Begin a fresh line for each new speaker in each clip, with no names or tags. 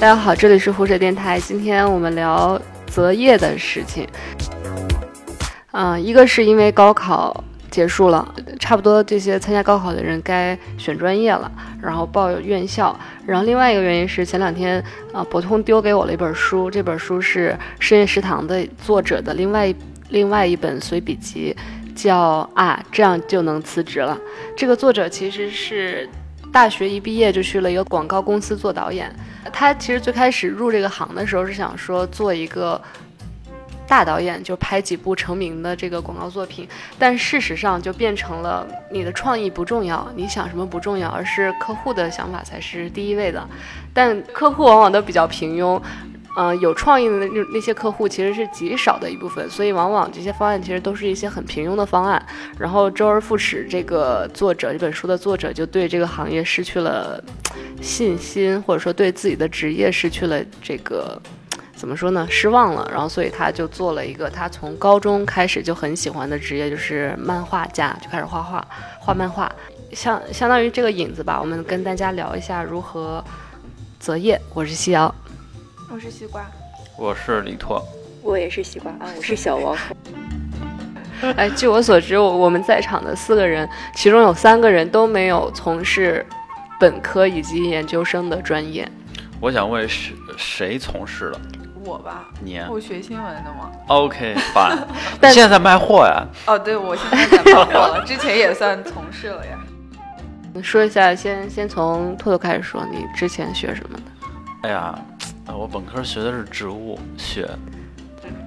大家好，这里是湖水电台，今天我们聊择业的事情。嗯、一个是因为高考结束了，差不多这些参加高考的人该选专业了，然后报院校。然后另外一个原因是前两天啊、博通丢给我了一本书，这本书是深夜食堂的作者的另外一另外一本随笔集，叫《啊这样就能辞职了》。这个作者其实是大学一毕业就去了一个广告公司做导演。他其实最开始入这个行的时候是想说做一个大导演，就拍几部成名的这个广告作品。但事实上就变成了你的创意不重要，你想什么不重要，而是客户的想法才是第一位的。但客户往往都比较平庸。呃，有创意的那那些客户其实是极少的一部分，所以往往这些方案其实都是一些很平庸的方案。然后周而复始，这个作者这本书的作者就对这个行业失去了信心，或者说对自己的职业失去了这个怎么说呢，失望了。然后，所以他就做了一个他从高中开始就很喜欢的职业，就是漫画家，就开始画画，画漫画。相相当于这个引子吧，我们跟大家聊一下如何择业。我是西瑶，
我是西瓜，
我是李拓，
我也是西瓜 啊，我是小王。
哎，据我所知，我我们在场的四个人，其中有三个人都没有从事本科以及研究生的专业。
我想问是谁从事了？
我吧，
你啊
我学新闻的嘛。
？OK，反
但
现在卖货呀？
哦，对，我现在在报告 了，之前也算从事了呀。
说一下，先先从兔兔开始说，你之前学什么的？
哎呀，啊我本科学的是植物学，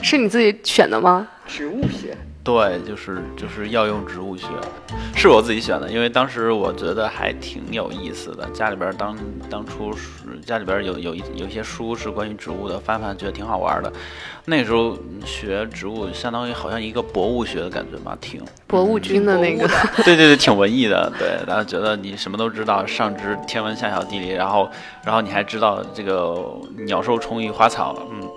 是你自己选的吗？
植物学，
对，就是就是药用植物学，是我自己选的，因为当时我觉得还挺有意思的。家里边儿当当初是家里边儿有有一有一些书是关于植物的，翻翻觉得挺好玩的。那时候学植物相当于好像一个博物学的感觉吧，挺
博物君的那个
博物
嗯
的
对对对，挺文艺的，对，然后觉得你什么都知道，上知天文下晓地理，然后然后你还知道这个鸟兽虫鱼花草，嗯，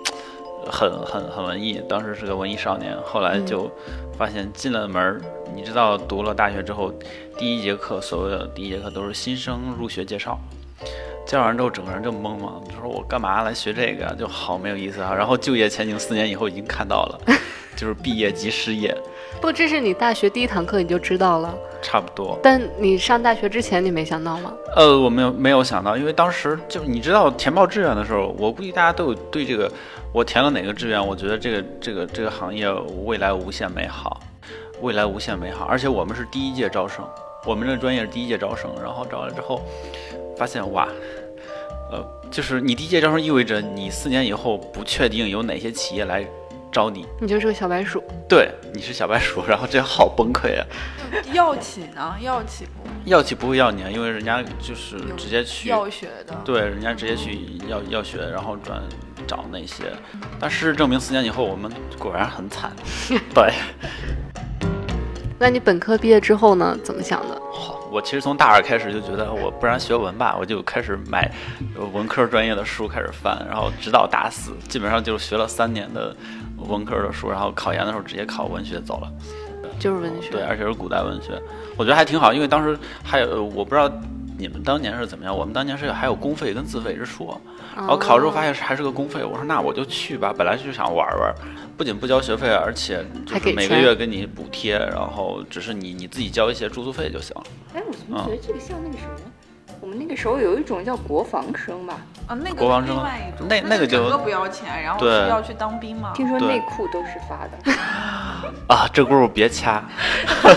很很很文艺，当时是个文艺少年，后来就发现进了门儿，你知道读了大学之后，第一节课所有的第一节课都是新生入学介绍。介绍完之后，整个人就懵了，就说我干嘛来学这个呀？就好没有意思啊！然后就业前景四年以后已经看到了，就是毕业即失业，
不，这是你大学第一堂课你就知道了，
差不多。
但你上大学之前你没想到吗？
呃，我没有没有想到，因为当时就你知道填报志愿的时候，我估计大家都有对这个我填了哪个志愿，我觉得这个这个这个行业未来无限美好，未来无限美好。而且我们是第一届招生，我们这个专业是第一届招生，然后招了之后发现哇，呃，就是你第一届招生意味着你四年以后不确定有哪些企业来招你，
你就是个小白鼠。
对，你是小白鼠，然后这好崩溃啊！
药企呢？药企不
要企不会要你啊，因为人家就是直接去
药学的，
对，人家直接去药药学，然后转找那些，但事实证明，四年以后我们果然很惨。对，
那你本科毕业之后呢？怎么想的？
好，我其实从大二开始就觉得，我不然学文吧，我就开始买呃文科专业的书开始翻，然后直到大四，基本上就是学了三年的文科的书，然后考研的时候直接考文学走了。
就是文学。
对，而且是古代文学，我觉得还挺好，因为当时还有，呃我不知道你们当年是怎么样，我们当年是还有公费跟自费之啊说，
哦
啊
然哦后考的时候发现是还是个公费，我说那我就去吧，本来就想玩玩，不仅不交学费，而且就
还给
是每个
钱
月给你补贴，然后只是你你自己交一些住宿费就行了。
哎，我怎么觉得这个像那个什么？我们那个时候有一种叫国防生吧，
啊，那个
国防
是另
生
外一种，
那那个就
整个不要钱，然后
对
是要去当兵嘛。
听说
对
内裤都是发的，
啊，这轱辘别掐，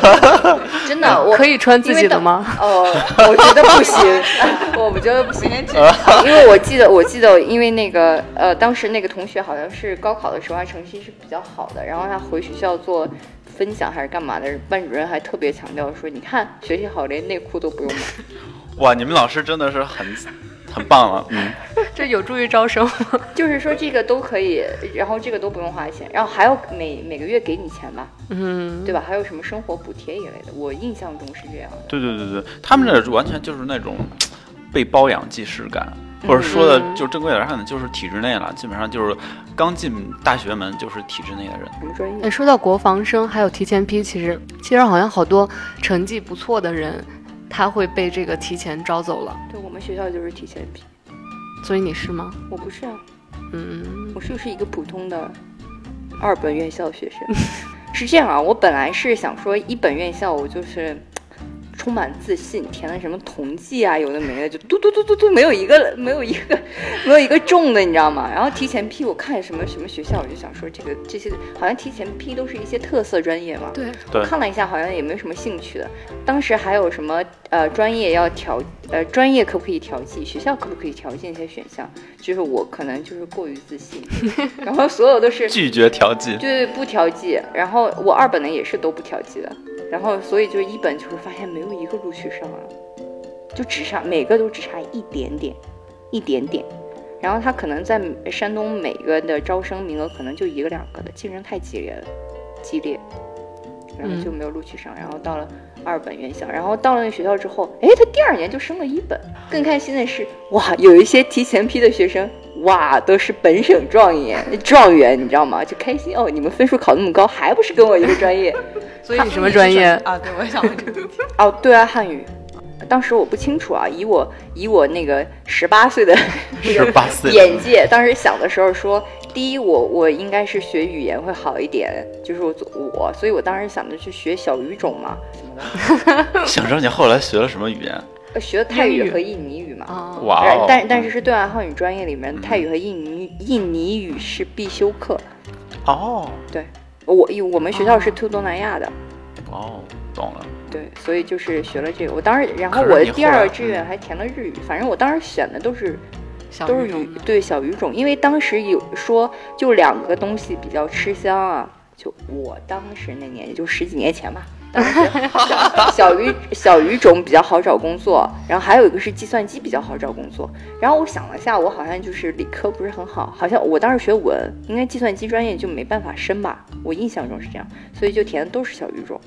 真的，我
可以穿自己的吗？？
因为当哦，我觉得 不行，我觉得不行。
每天只是
因为我记得，我记得，因为那个呃，当时那个同学好像是高考的时候，他成绩是比较好的，然后他回学校做分享还是干嘛的，班主任还特别强调说，你看学习好，连内裤都不用买。
哇，你们老师真的是很 很棒了，嗯，
这有助于招 生吗？
就是说这个都可以，然后这个都不用花钱，然后还有每每个月给你钱吧，
嗯，
对吧？还有什么生活补贴一类的，我印象中是这样的。
对对对对，他们这完全就是那种被包养既视感，或者说的
嗯
就正规点儿看，就是体制内了，基本上就是刚进大学门就是体制内的人。
什么专
哎，
业？
说到国防生，还有提前批，其实其实好像好多成绩不错的人，他会被这个提前招走了。
对我们学校就是提前批，
所以你是吗？
我不是啊，
嗯，
我就是一个普通的二本院校学生。 是这样啊，我本来是想说一本院校，我就是充满自信，填了什么同济啊，有的没的，就嘟嘟嘟嘟嘟，没有一个没有一个 没有一个中的，你知道吗？然后提前批我看什么什么学校，我就想说这个这些好像提前批都是一些特色专业嘛。
对，
对
看了一下，好像也没什么兴趣的。当时还有什么呃专业要调呃专业可不可以调剂，学校可不可以调剂那些选项，就是我可能就是过于自信，然后所有都是
拒绝调剂。
就是不调剂，然后我二本的也是都不调剂的，然后所以就是一本就是发现没有一个录取上了，就只差每个都只差一点点，一点点，然后他可能在山东每个的招生名额可能就一个两个的，竞争太激烈了，激烈，然后就没有录取上，然后到了二本院校，然后到了那学校之后，哎，他第二年就升了一本，更开心的是，哇，有一些提前批的学生，哇，都是本省状元，状元，你知道吗？就开心哦，你们分数考那么高，还不是跟我一个专业？
所
以你什么专业
啊？对，我也想问这个问题。
哦，对啊，汉语。当时我不清楚啊，以我以我那个十八岁的
18岁的
眼界，当时想的时候说，第一，我我应该是学语言会好一点，就是我我，所以我当时想着去学小语种嘛，什么的
想知道你后来学了什么语言？
呃，学泰
英
语
语
和印尼语嘛。
哦，
哇
然
哦！嗯
但但是是对外汉语专业里面，泰语和印尼印尼语是必修课。
哦
对，我我们学校是
哦
推东南亚的，
哦，懂了。
对，所以就是学了这个。我当时，然后
可是
我的
你
第
后
二
来嗯
志愿还填了日语，反正我当时选的都是
小
都是
语种
语
的
对小语种，因为当时有说就两个东西比较吃香啊，就我当时那年也就十几年前吧，当时 小小语小语种比较好找工作，然后还有一个是计算机比较好找工作。然后我想了一下，我好像就是理科不是很好，好像我当时学文，应该计算机专业就没办法升吧，我印象中是这样，所以就填的都是小语种。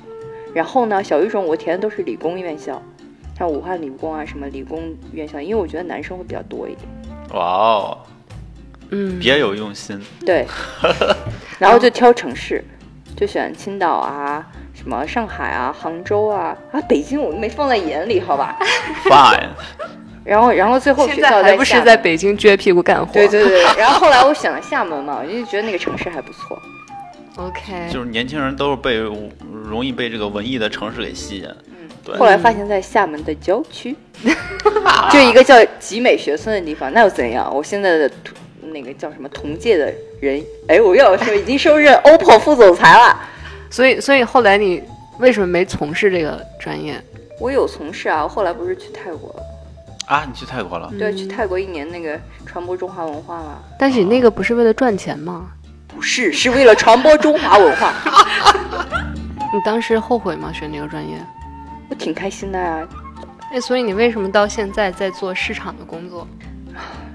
然后呢，小语种我填的都是理工院校，像武汉理工啊什么理工院校，因为我觉得男生会比较多一点。
哇哦，
嗯，
别有用心。
对， 然后就挑城市，就选青岛啊、什么上海啊、杭州啊啊，北京我没放在眼里，好吧。
Fine，
然后，然后最后
现
学
在
校
还不
厦
是
门
在北京撅屁股干活？
对对对。 然后后来我选了厦门嘛，我就觉得那个城市还不错。
，OK，
就是年轻人都是被容易被这个文艺的城市给吸引。对
后来发现，在厦门的郊 区，就一个叫集美学村的地方，那又怎样？我现在的同那个叫什么同届的人，哎，我又要说已经升任 OPPO 副总裁了。
所以所以后来你为什么没从事这个专业？
我有从事啊，我后来不是去泰国了。
啊，你去泰国了？
对，去泰国一年那个传播中华文化嘛，
但是你那个不是为了赚钱吗？
不 是，是为了传播中华文化，
你当时后悔吗？选这个专业？
我挺开心的啊。
哎，所以你为什么到现在在做市场的工作？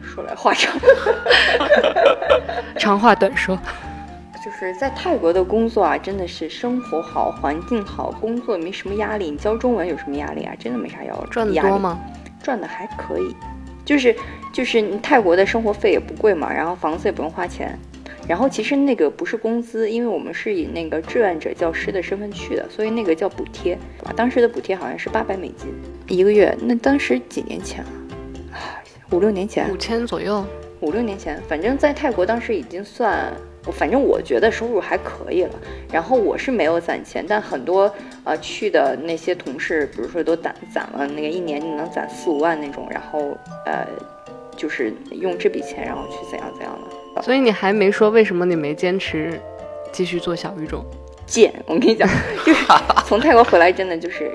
说来话 长，
长话短 说，
就是在泰国的工作啊，真的是生活好，环境好，工作没什么压力。你教中文有什么压力啊？真的没啥压力。
赚的
压力
多？吗？
赚的还可以，就是就是你泰国的生活费也不贵嘛，然后房子也不用花钱。然后其实那个不是工资，因为我们是以那个志愿者教师的身份去的，所以那个叫补贴，啊当时的补贴好像是八百美金一个月。那当时几年前啊？啊五六年前
五，千左右，
五六年前，反正在泰国当时已经算，我反正我觉得收入还可以了。然后我是没有攒钱，但很多呃去的那些同事，比如说都攒攒了那个一年能攒四五万那种，然后呃就是用这笔钱然后去怎样怎样的。
所以你还没说为什么你没坚持继续做小语种。
贱，我跟你 讲，就是从泰国回来真的就是。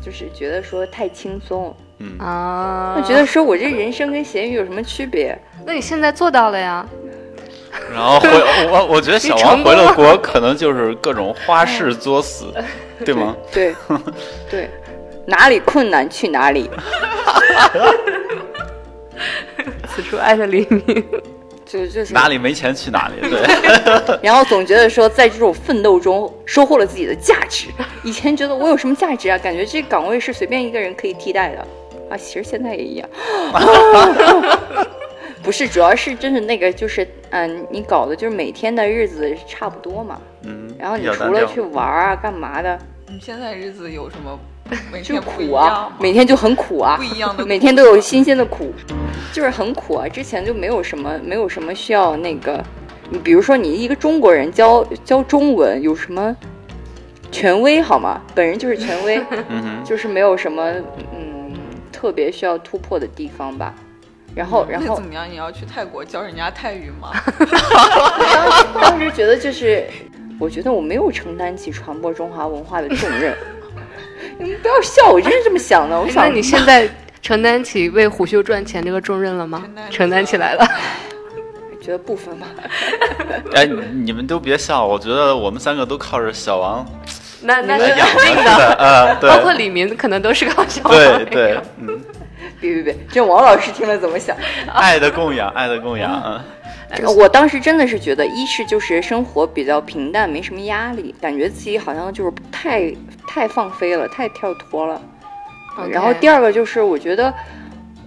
就是觉得说太轻松，
嗯，
啊，
我觉得，说我这人生跟咸鱼有什么区别？
那你现在做到了呀？
然后回我，我觉得小王回了国，可能就是各种花式作死，对吗？
对，对，哪里困难去哪里。
此处爱的黎明，
就就是
哪里没钱去哪里，对，
然后总觉得说，在这种奋斗中收获了自己的价值。以前觉得我有什么价值啊？感觉这岗位是随便一个人可以替代的啊。其实现在也一样， 不是，主要是真是那个就是嗯，你搞的就是每天的日子差不多嘛。
嗯。
然后你
比较
除
单
了
调
去玩儿啊、干嘛的，
你现在日子有什么每
就是
天不一
苦啊
样，
每天就很苦啊
不，一样的，
每天都有新鲜的苦，就是很苦啊。之前就没有什么，没有什么需要那个，你比如说你一个中国人教教中文有什么权威好吗？本人就是权 威，
嗯哼，
就是没有什么嗯特别需要突破的地方吧。然后，然
嗯那
后
怎么样？你要去泰国教人家泰语吗？
当时觉得就是，我觉得我没有承担起传播中华文化的重 任。你们不要笑，我真是这么想的。我
哎那
哎
想
你现在 承担起为虎嗅赚钱这个重任了吗
承担？起
承担起来了。
觉得不分吧，
哎，你们都别笑，我觉得我们三个都靠着小王
那那
你
是
们
养
肯定
着
的，
的，呃，对，
包括李明可能都是搞笑
对对，嗯，
别别别，这王老师听了怎么想？
爱的供养，爱的供养，嗯
哎我当时真的是觉得，一是就是生活比较平淡，没什么压力，感觉自己好像就是太太放飞了，太跳脱了。然后第
二，
二个就是，我觉得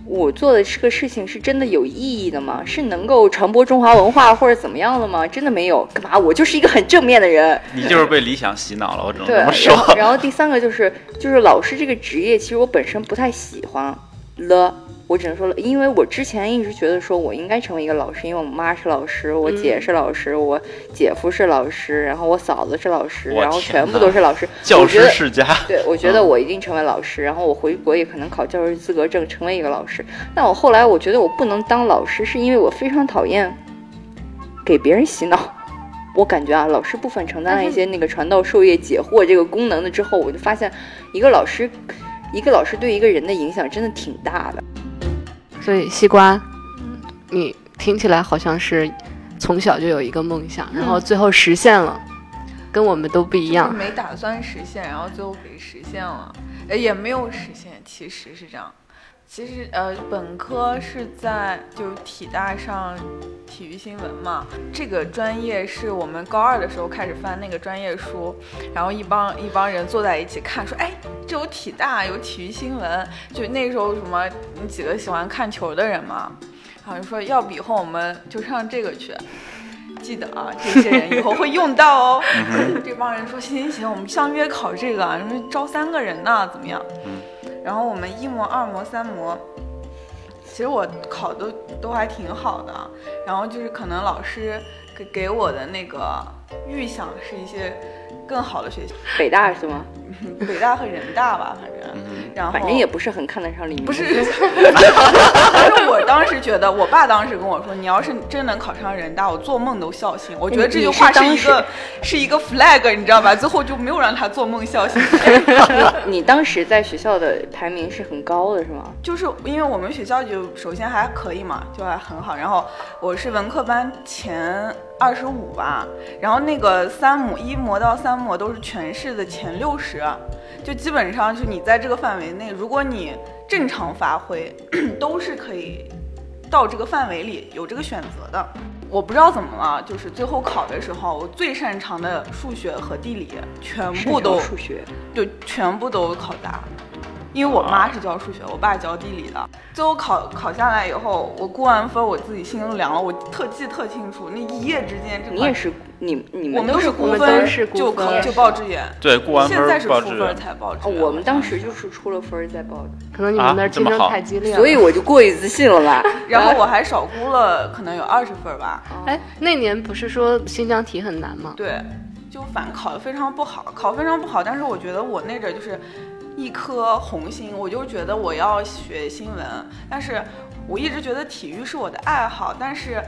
我做的这个事情是真的有意义的吗？是能够传播中华文化或者怎么样的吗？真的没有，干嘛？我就是一个很正面的人。
你就是被理想洗脑了，我只能
对，
这么
然后
说。
然后第三个就是就是老师这个职业，其实我本身不太喜欢了。我只能说了，因为我之前一直觉得说我应该成为一个老师，因为我妈是老师，我姐是老师，我姐夫是老师，然后我嫂子是老师，
我
然后
天
全部
呐
都是老师。
教
我觉
师
得
世家，
对，我觉得
嗯
我一定成为老师，然后我回国也可能考教师资格证，成为一个老师。但我后来我觉得我不能当老师，是因为我非常讨厌给别人洗脑。我感觉啊，老师部分承担了一些那个传道授业解惑这个功能了之后，我就发现，一个老师，一个老师对一个人的影响真的挺大的。
所以西瓜，你听起来好像是从小就有一个梦想，然后最后实现了，跟我们都不一
就是
样。
没打算实现，然后最后给实现了，哎，也没有实现，其实是这样。其实呃，本科是在就是体大上体育新闻嘛，这个专业是我们高二的时候开始翻那个专业书，然后一帮一帮人坐在一起看，说哎，这有体大，有体育新闻，就那时候什么你几个喜欢看球的人嘛，然后就说要不以后我们就上这个去。记得啊，这些人以后会用到哦。
嗯
这帮人说行行行，我们上月考这个啊，你说招三个人呢，怎么样？
嗯
然后我们一模、二模、三模，其实我考的都还挺好的啊，然后就是可能老师给给我的那个预想是一些更好的学校，
北大是吗？
北大和人大吧，反正，
嗯
然后
反正也不是很看得上李明。
不是， 但是我当时觉得，我爸当时跟我说，你要是真能考上人大，我做梦都笑醒。我觉得这句话是
哎你
一
是当
个是一个 flag，你知道吧？最后就没有让他做梦 笑醒，
你当时在学校的排名是很高的，是吗？
就是因为我们学校就首先还可以嘛，就还很好。然后我是文科班前二十五吧，然后那个三模一模到三模都是全市的前六十，就基本上是你在这个范围内，如果你正常发挥，都是可以到这个范围里有这个选择的。我不知道怎么了，就是最后考的时候，我最擅长的数学和地理全部都
擅长数学。
就全部都考砸，因为我妈是教数学，我爸教地理的。最后考考下来以后，我过完分，我自己心都凉了，我特记特清楚，那一夜之间，这
你也，是，你你
我
们
们
都
是
我
估
们
分，
都是估
就
分
考就报志愿，
对，过完分
现在
儿
是
报
出
志
分
愿，
才报志
哦，
愿。
我们当时就是出了分儿再报的，
可能你们那儿竞争太激烈了。
所以我就过于自信了 啦。
然后我还少估了可能有二十分吧，
哎，那年不是说新疆题很难吗？
对，就反考得非常不好，考得非常不好。但是我觉得我那阵儿就是一颗红心，我就觉得我要学新闻，但是我一直觉得体育是我的爱好，但是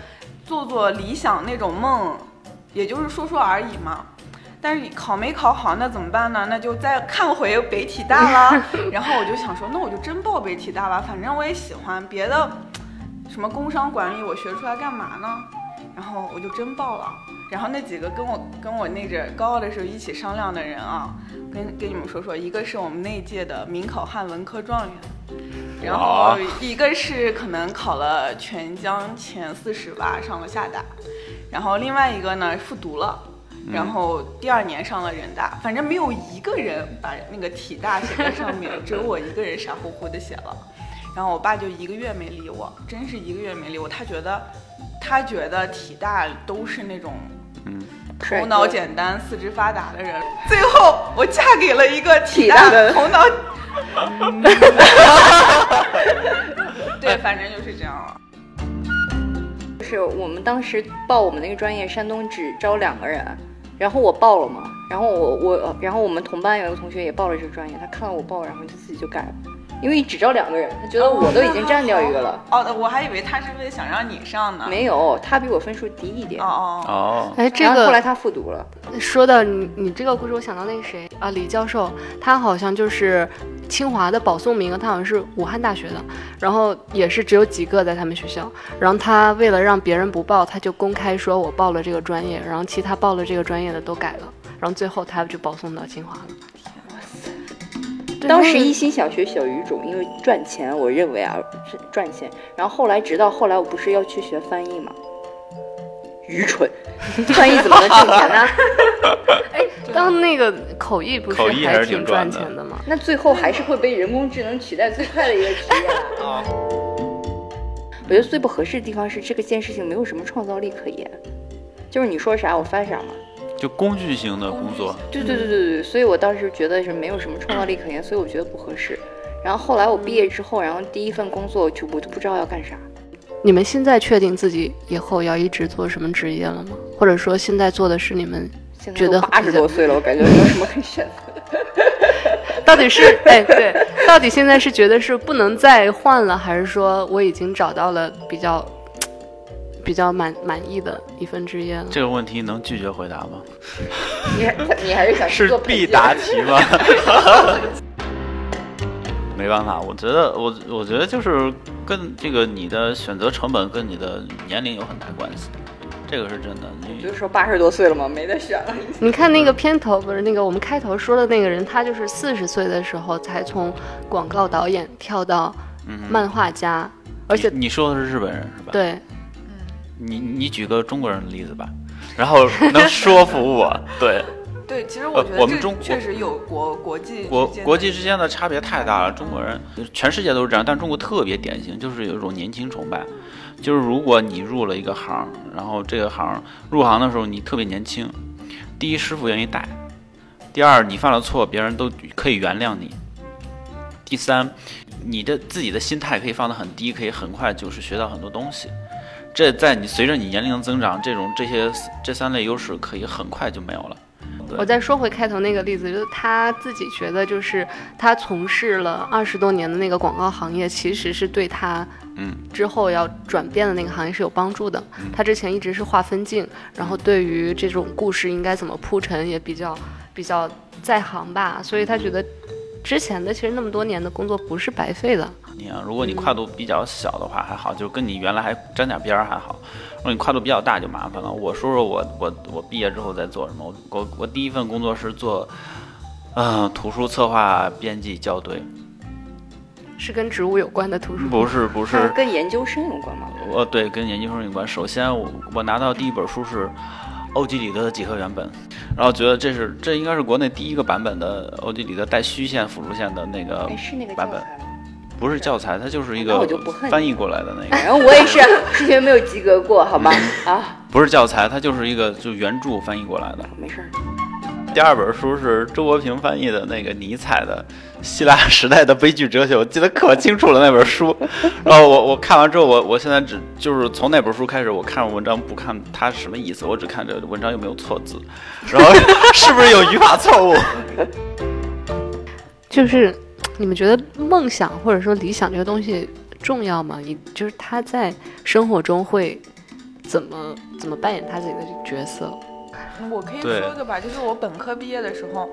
做做理想那种梦，也就是说说而已嘛。但是考没考好，那怎么办呢？那就再看回北体大啦。然后我就想说，那我就真报北体大吧，反正我也喜欢别的，什么工商管理，我学出来干嘛呢？然后我就真报了。然后那几个跟我跟我那阵儿高二的时候一起商量的人啊，跟跟你们说说，一个是我们那一届的民考汉文科状元，然后
哇
一个是可能考了全江前四十吧，上了厦大，然后另外一个呢复读了。然后第二年上了人大，反正没有一个人把那个体大写在上面， 只有我一个人傻乎乎的写了。然后我爸就一个月没理我，真是一个月没理我。他觉得，他觉得体大都是那种
嗯
帅
头脑
哥
简单、四肢发达的人。最后，我嫁给了一个体
体
大、
大的
头 脑。对，反正就是这样了。
就是我们当时报我们那个专业，山东只招两个人，然后我报了嘛，然后我我然后我们同班有一个同学也报了这个专业，他看到我报，然后就自己就改了，因为只招两个人，他觉得我都已经占掉一个了，
哦，我还以为他是为了想让你上呢。
没有，他比我分数低一点，
哦哦哦，
哦，
哎，这
然后后来
个
他复读了，
说到你你这个故事，我想到那个谁啊，李教授，他好像就是清华的保送名额，他好像是武汉大学的，然后也是只有几个在他们学校，然后他为了让别人不报，他就公开说我报了这个专业，然后其他报了这个专业的都改了，然后最后他就保送到清华了。对
当时
那个
一心想学小语种，因为赚钱，我认为啊是赚钱。然后后来，直到后来，我不是要去学翻译嘛，愚蠢，翻译怎么能挣钱呢？
当那个口译不是
口译还是挺
挺赚
赚的
钱的吗？
那最后还是会被人工智能取代最快的一个职业了。我觉得最不合适的地方是这个件事情没有什么创造力可言，就是你说啥我翻啥嘛。
就工具型的工作，
对对对对对，所以我当时觉得是没有什么创造力可言，所以我觉得不合适。然后后来我毕业之后，然后第一份工作就我就不知道要干啥。
你们现在确定自己以后要一直做什么职业了吗？或者说现在做的是你们
现在
觉得
八十多岁了，我感觉没有什么可以选择。
到底是 哎对，到底现在是觉得是不能再换了，还是说我已经找到了比较比较满满意的一份职业了？
这个问题能拒绝回答吗？
你还 你还是想去
是
做培
必
训
答题吗？没办法，我觉得我我觉得就是跟这个你的选择成本跟你的年龄有很大关系，这个是真的。
你
你
就说八十多岁了嘛，没得选了。
你看那个片头不是那个我们开头说的那个人，他就是四十岁的时候才从广告导演跳到
嗯哼，
漫画家，而且
你你说的是日本人是吧？，
对
你你举个中国人的例子吧，然后能说服我。对，
对，其实我觉
呃我
得
们
这
中
个确实有国国际
国
之间的
国际之间的差别太
啊
大了，中国人全世界都是这样，但中国特别典型，就是有一种年轻崇拜，就是如果你入了一个行，然后这个行入行的时候你特别年轻，第一师傅愿意带，第二你犯了错别人都可以原谅你，第三你的自己的心态可以放得很低，可以很快就是学到很多东西。这在你随着你年龄的增长，这种这些这三类优势可以很快就没有了。对
我再说回开头那个例子，就是他自己觉得，就是他从事了二十多年的那个广告行业，其实是对他
嗯
之后要转变的那个行业是有帮助的。他之前一直是画分镜，然后对于这种故事应该怎么铺陈也比较比较在行吧，所以他觉得之前的其实那么多年的工作不是白费的。
你啊，如果你跨度比较小的话还好，就跟你原来还沾点边儿还好。如果你跨度比较大就麻烦了。我说说我我我毕业之后在做什么？我我我第一份工作是做，嗯、图书策划、编辑、校对，
是跟植物有关的图书，
不是不
它
是，嗯
跟研究生有关吗？
我对跟研究生有关。首先我我拿到第一本书是。欧几里得的几何原本，然后觉得这是这应该是国内第一个版本的欧几里得带虚线、辅助线的那个
哎，是那个教
版本，
材吗？
不是教材，它就是一
那
个
我就不恨你
翻译过来的那个。
然后我也是数学没有及格过， 好吧？啊，
不是教材，它就是一个就原著翻译过来的。
没事儿。
第二本书是周国平翻译的那个尼采的《希腊时代的悲剧哲学》，我记得可清楚了那 本书。然后我我看完之后，我我现在只就是从那本书开始，我看文章不看它什么意思，我只看这文章有没有错字，然后是不是有语法 错误。
就是你们觉得梦想或者说理想这个东西重要吗？你就是他在生活中会怎么怎么扮演他自己的角色？
我可以
对
说一个吧，就是我本科毕业的时候，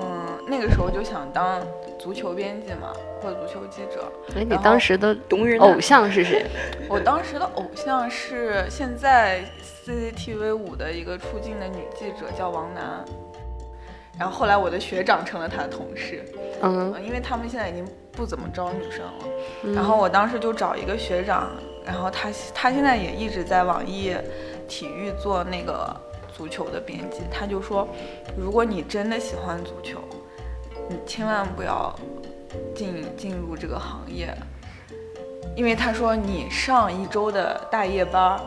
嗯，那个时候就想当足球编辑嘛，或者足球记者。
哎，你
然后
当时的
懂人
偶
呢？
像是谁？
我当时的偶像是现在 CCTV 五的一个出镜的女记者，叫王楠。然后后来我的学长成了她的同事，
嗯，
嗯因为他们现在已经不怎么招女生了。
嗯
然后我当时就找一个学长，然后他他现在也一直在网易体育做那个足球的编辑，他就说，如果你真的喜欢足球，你千万不要进进入这个行业，因为他说你上一周的大夜班儿，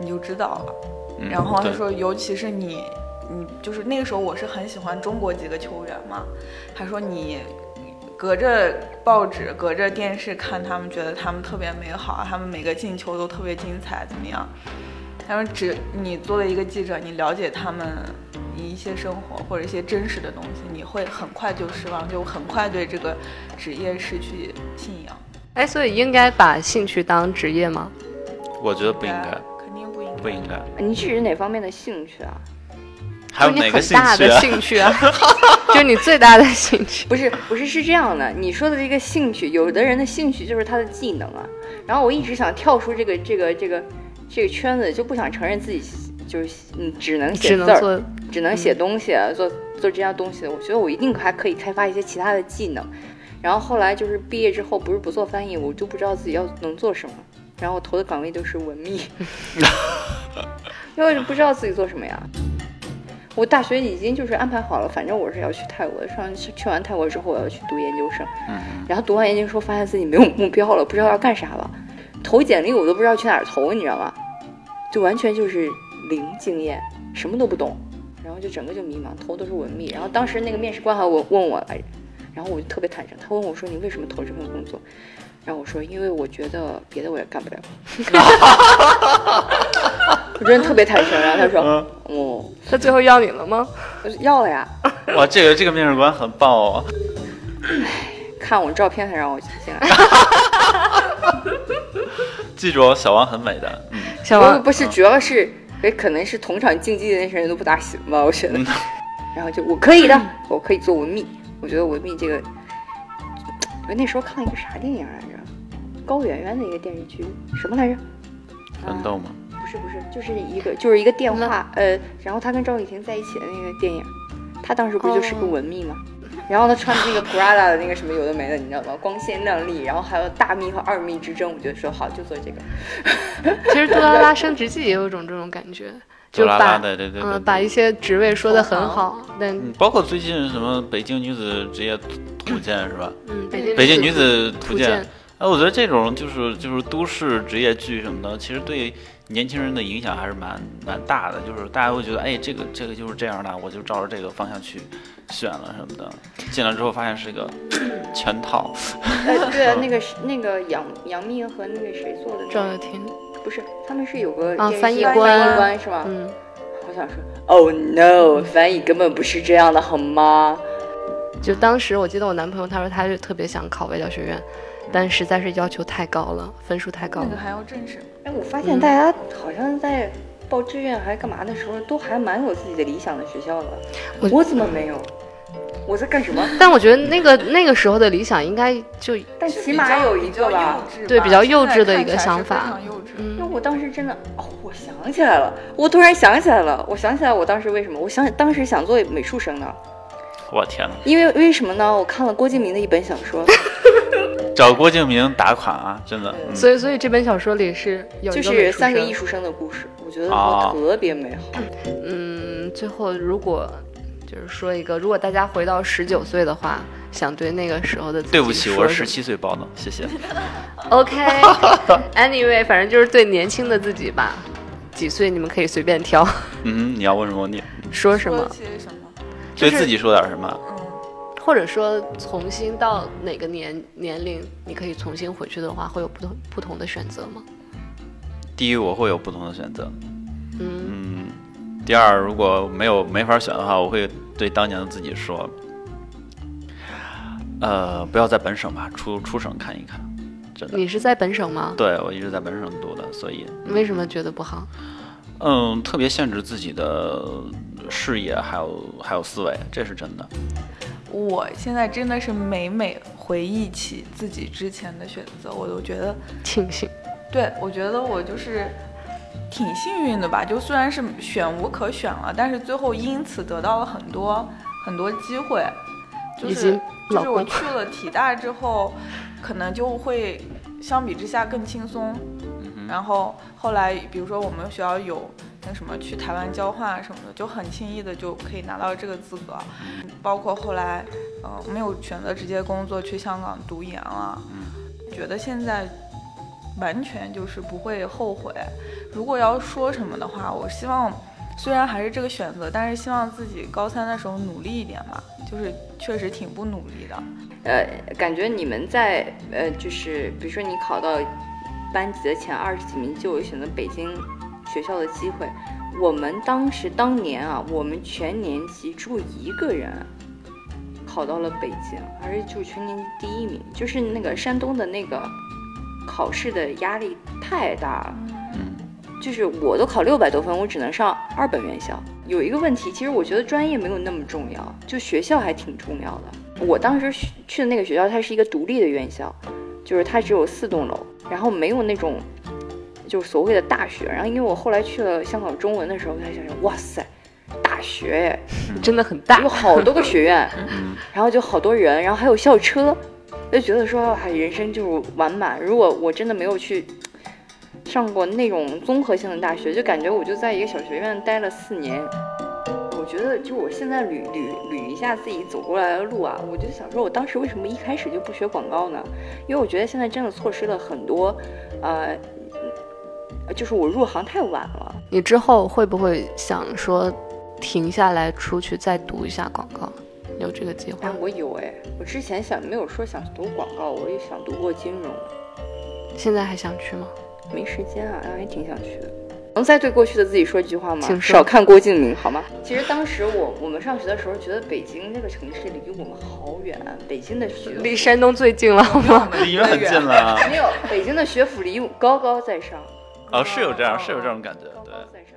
你就知道了。
嗯
然后他
对
说，尤其是你，你就是那个时候我是很喜欢中国几个球员嘛，他说你隔着报纸、隔着电视看他们，觉得他们特别美好，他们每个进球都特别精彩，怎么样？他说只你作为一个记者，你了解他们一些生活或者一些真实的东西，你会很快就失望，就很快对这个职业失去信仰。
哎，所以应该把兴趣当职业吗？
我觉得不应该，，
啊肯定不应该，
不应该。
你指哪方面的兴趣啊？
还有
就
哪
你
个
很
兴
大
趣
的
啊？
兴趣啊， 就是你最大的兴趣。
不是不是是这样的，你说的这个兴趣，有的人的兴趣就是他的技能啊。然后我一直想跳出这个这个这个这个圈子，就不想承认自己就是嗯只能写
只
字
能
儿，
做
只能写东西，做做这样东西。我觉得我一定还可以开发一些其他的技能。然后后来就是毕业之后，不是不做翻译，我就不知道自己要能做什么。然后我投的岗位都是文秘，因为我就不知道自己做什么呀。我大学已经就是安排好了，反正我是要去泰国的。上去去完泰国之后，我要去读研究生。
嗯，
然后读完研究生，发现自己没有目标了，不知道要干啥了。投简历我都不知道去哪儿投，你知道吗？就完全就是零经验，什么都不懂，然后就整个就迷茫，投都是文秘。然后当时那个面试官还问问我来着，然后我就特别坦诚，他问我说你为什么投这份工作？然后我说因为我觉得别的我也干不了。 我真的特别坦诚，然后他说
嗯，
哦，
他最后要你了吗？
我说要了呀，
哇，这个这个面试官很棒哦。
看我照片才让我进来。
记住，哦，小王很美的。嗯，
小
不
王，
不是，主要是也可能是同场竞技的那些人都不大行吧，我觉得
嗯。
然后就我可以的，我可以做文秘，我觉得文秘这个，我那时候看了一个啥电影来着？高圆圆的一个电视剧，什么来着？
奋斗吗？
不是不是，就是一个就是一个电话，
嗯
呃，然后他跟赵丽婷在一起的那个电影，他当时不就是个
哦
文秘吗？然后他穿那个 Prada 的那个什么有的没的，你知道吗？光鲜亮丽，然后还有大秘和二秘之争，我觉得说好就做这个。
其实杜拉拉升职记也有一种这种感觉，
杜
就
拉拉
把
的，对对对
嗯把一些职位说的很
同
好，但
嗯，包括最近什么北京女子职业图鉴是吧？
嗯，北京
北京女子
图
图鉴
鉴，，
哎，我觉得这种就是就是都市职业剧什么的，其实对年轻人的影响还是蛮蛮大的。就是大家会觉得，哎，这个这个就是这样的，我就照着这个方向去选了什么的。进来之后发现是一个全套，
呃，对啊，那个是那个杨杨幂和那个谁做的呢？
赵又廷，
不是，他们是有个
啊
电视
翻译
翻译
官
官是吧？
嗯，
我想说，Oh no，翻译根本不是这样的，好吗？
就当时我记得我男朋友他说他就特别想考外交学院，但实在是要求太高了，分数太高
那个
了。
还要正视。
哎，我发现
嗯
大家好像在报志愿还干嘛的时候，都还蛮有自己的理想的学校的。
我
我怎么没有？我在干什么？
但我觉得那个那个时候的理想应该就
但起码有一个吧。
对比较幼稚的一个想法
现在看起来是非常幼稚。
因
嗯
为我当时真的，哦，我想起来了，我突然想起来了，我想起来我当时为什么，我想当时想做美术生呢，
我天呐，
因为为什么呢？我看了郭敬明的一本小说，
找郭敬明打款啊，真的。嗯
所以所以这本小说里是有一
就
个美
是
术
三个
生
艺术生的故事，我觉得
哦
说特别美好。
嗯，最后如果就是说一个，如果大家回到十九岁的话，想对那个时候的自己
对不起，
说
我是
什
十
么
七岁报的，谢谢。
OK，Anyway，、反正就是对年轻的自己吧，几岁你们可以随便挑
嗯，你要问什么？你
说什
说
么，
些什么？
就
对
是
自己说点什么？
嗯，
或者说从新到哪个年年龄，你可以重新回去的话，会有不同不同的选择吗？
第一，我会有不同的选择。
嗯，
嗯，第二，如果没有没法选的话，我会对当年的自己说，呃，不要在本省吧，出出省看一看。真的，
你是在本省吗？
对我一直在本省读的，所以
为什么觉得不好？
嗯，特别限制自己的视野，还有还有思维，这是真的。
我现在真的是每每回忆起自己之前的选择，我都觉得，
庆幸，
对我觉得我就是挺幸运的吧。就虽然是选无可选了，但是最后因此得到了很多很多机会。就
以
是
及
就
老
是我
公
去了体大之后，可能就会相比之下更轻松。
嗯哼，
然后后来，比如说我们学校有那什么去台湾交换啊什么的，就很轻易的就可以拿到这个资格。包括后来，呃，
嗯
没有选择直接工作去香港读研了，觉得现在完全就是不会后悔。如果要说什么的话，我希望虽然还是这个选择，但是希望自己高三的时候努力一点吧，就是确实挺不努力的。
呃，感觉你们在呃，就是比如说你考到班级的前二十几名，就有选择北京学校的机会。我们当时当年啊，我们全年级只有一个人考到了北京，而且就是全年级第一名，就是那个山东的那个考试的压力太大了。
嗯，
就是我都考六百多分，我只能上二本院校。有一个问题，其实我觉得专业没有那么重要，就学校还挺重要的。我当时去去的那个学校，它是一个独立的院校，就是它只有四栋楼，然后没有那种就是所谓的大学。然后因为我后来去了香港中文的时候，我才想想，哇塞，大学耶，
真的很大
有。好多个学院，然后就好多人，然后还有校车，就觉得说，哎，人生就是完满。如果我真的没有去上过那种综合性的大学，就感觉我就在一个小学院待了四年。我觉得，就我现在捋捋捋一下自己走过来的路啊，我就想说，我当时为什么一开始就不学广告呢？因为我觉得现在真的错失了很多，呃，就是我入行太晚了。
你之后会不会想说停下来出去再读一下广告？有这个计划
哎，？我有哎，我之前想没有说想读广告，我也想读过金融，
现在还想去吗？
没时间啊，还挺想去的。能再对过去的自己说一句话吗
请？说
少看郭敬明好吗？其实当时我我们上学的时候，觉得北京这个城市离我们好远，啊北京的学
离山东最近了好吗？
离你们 很近了啊。
没有北京的学府离我高高在上，
哦，是有这样，是有这种感觉，
高
对
高。在上。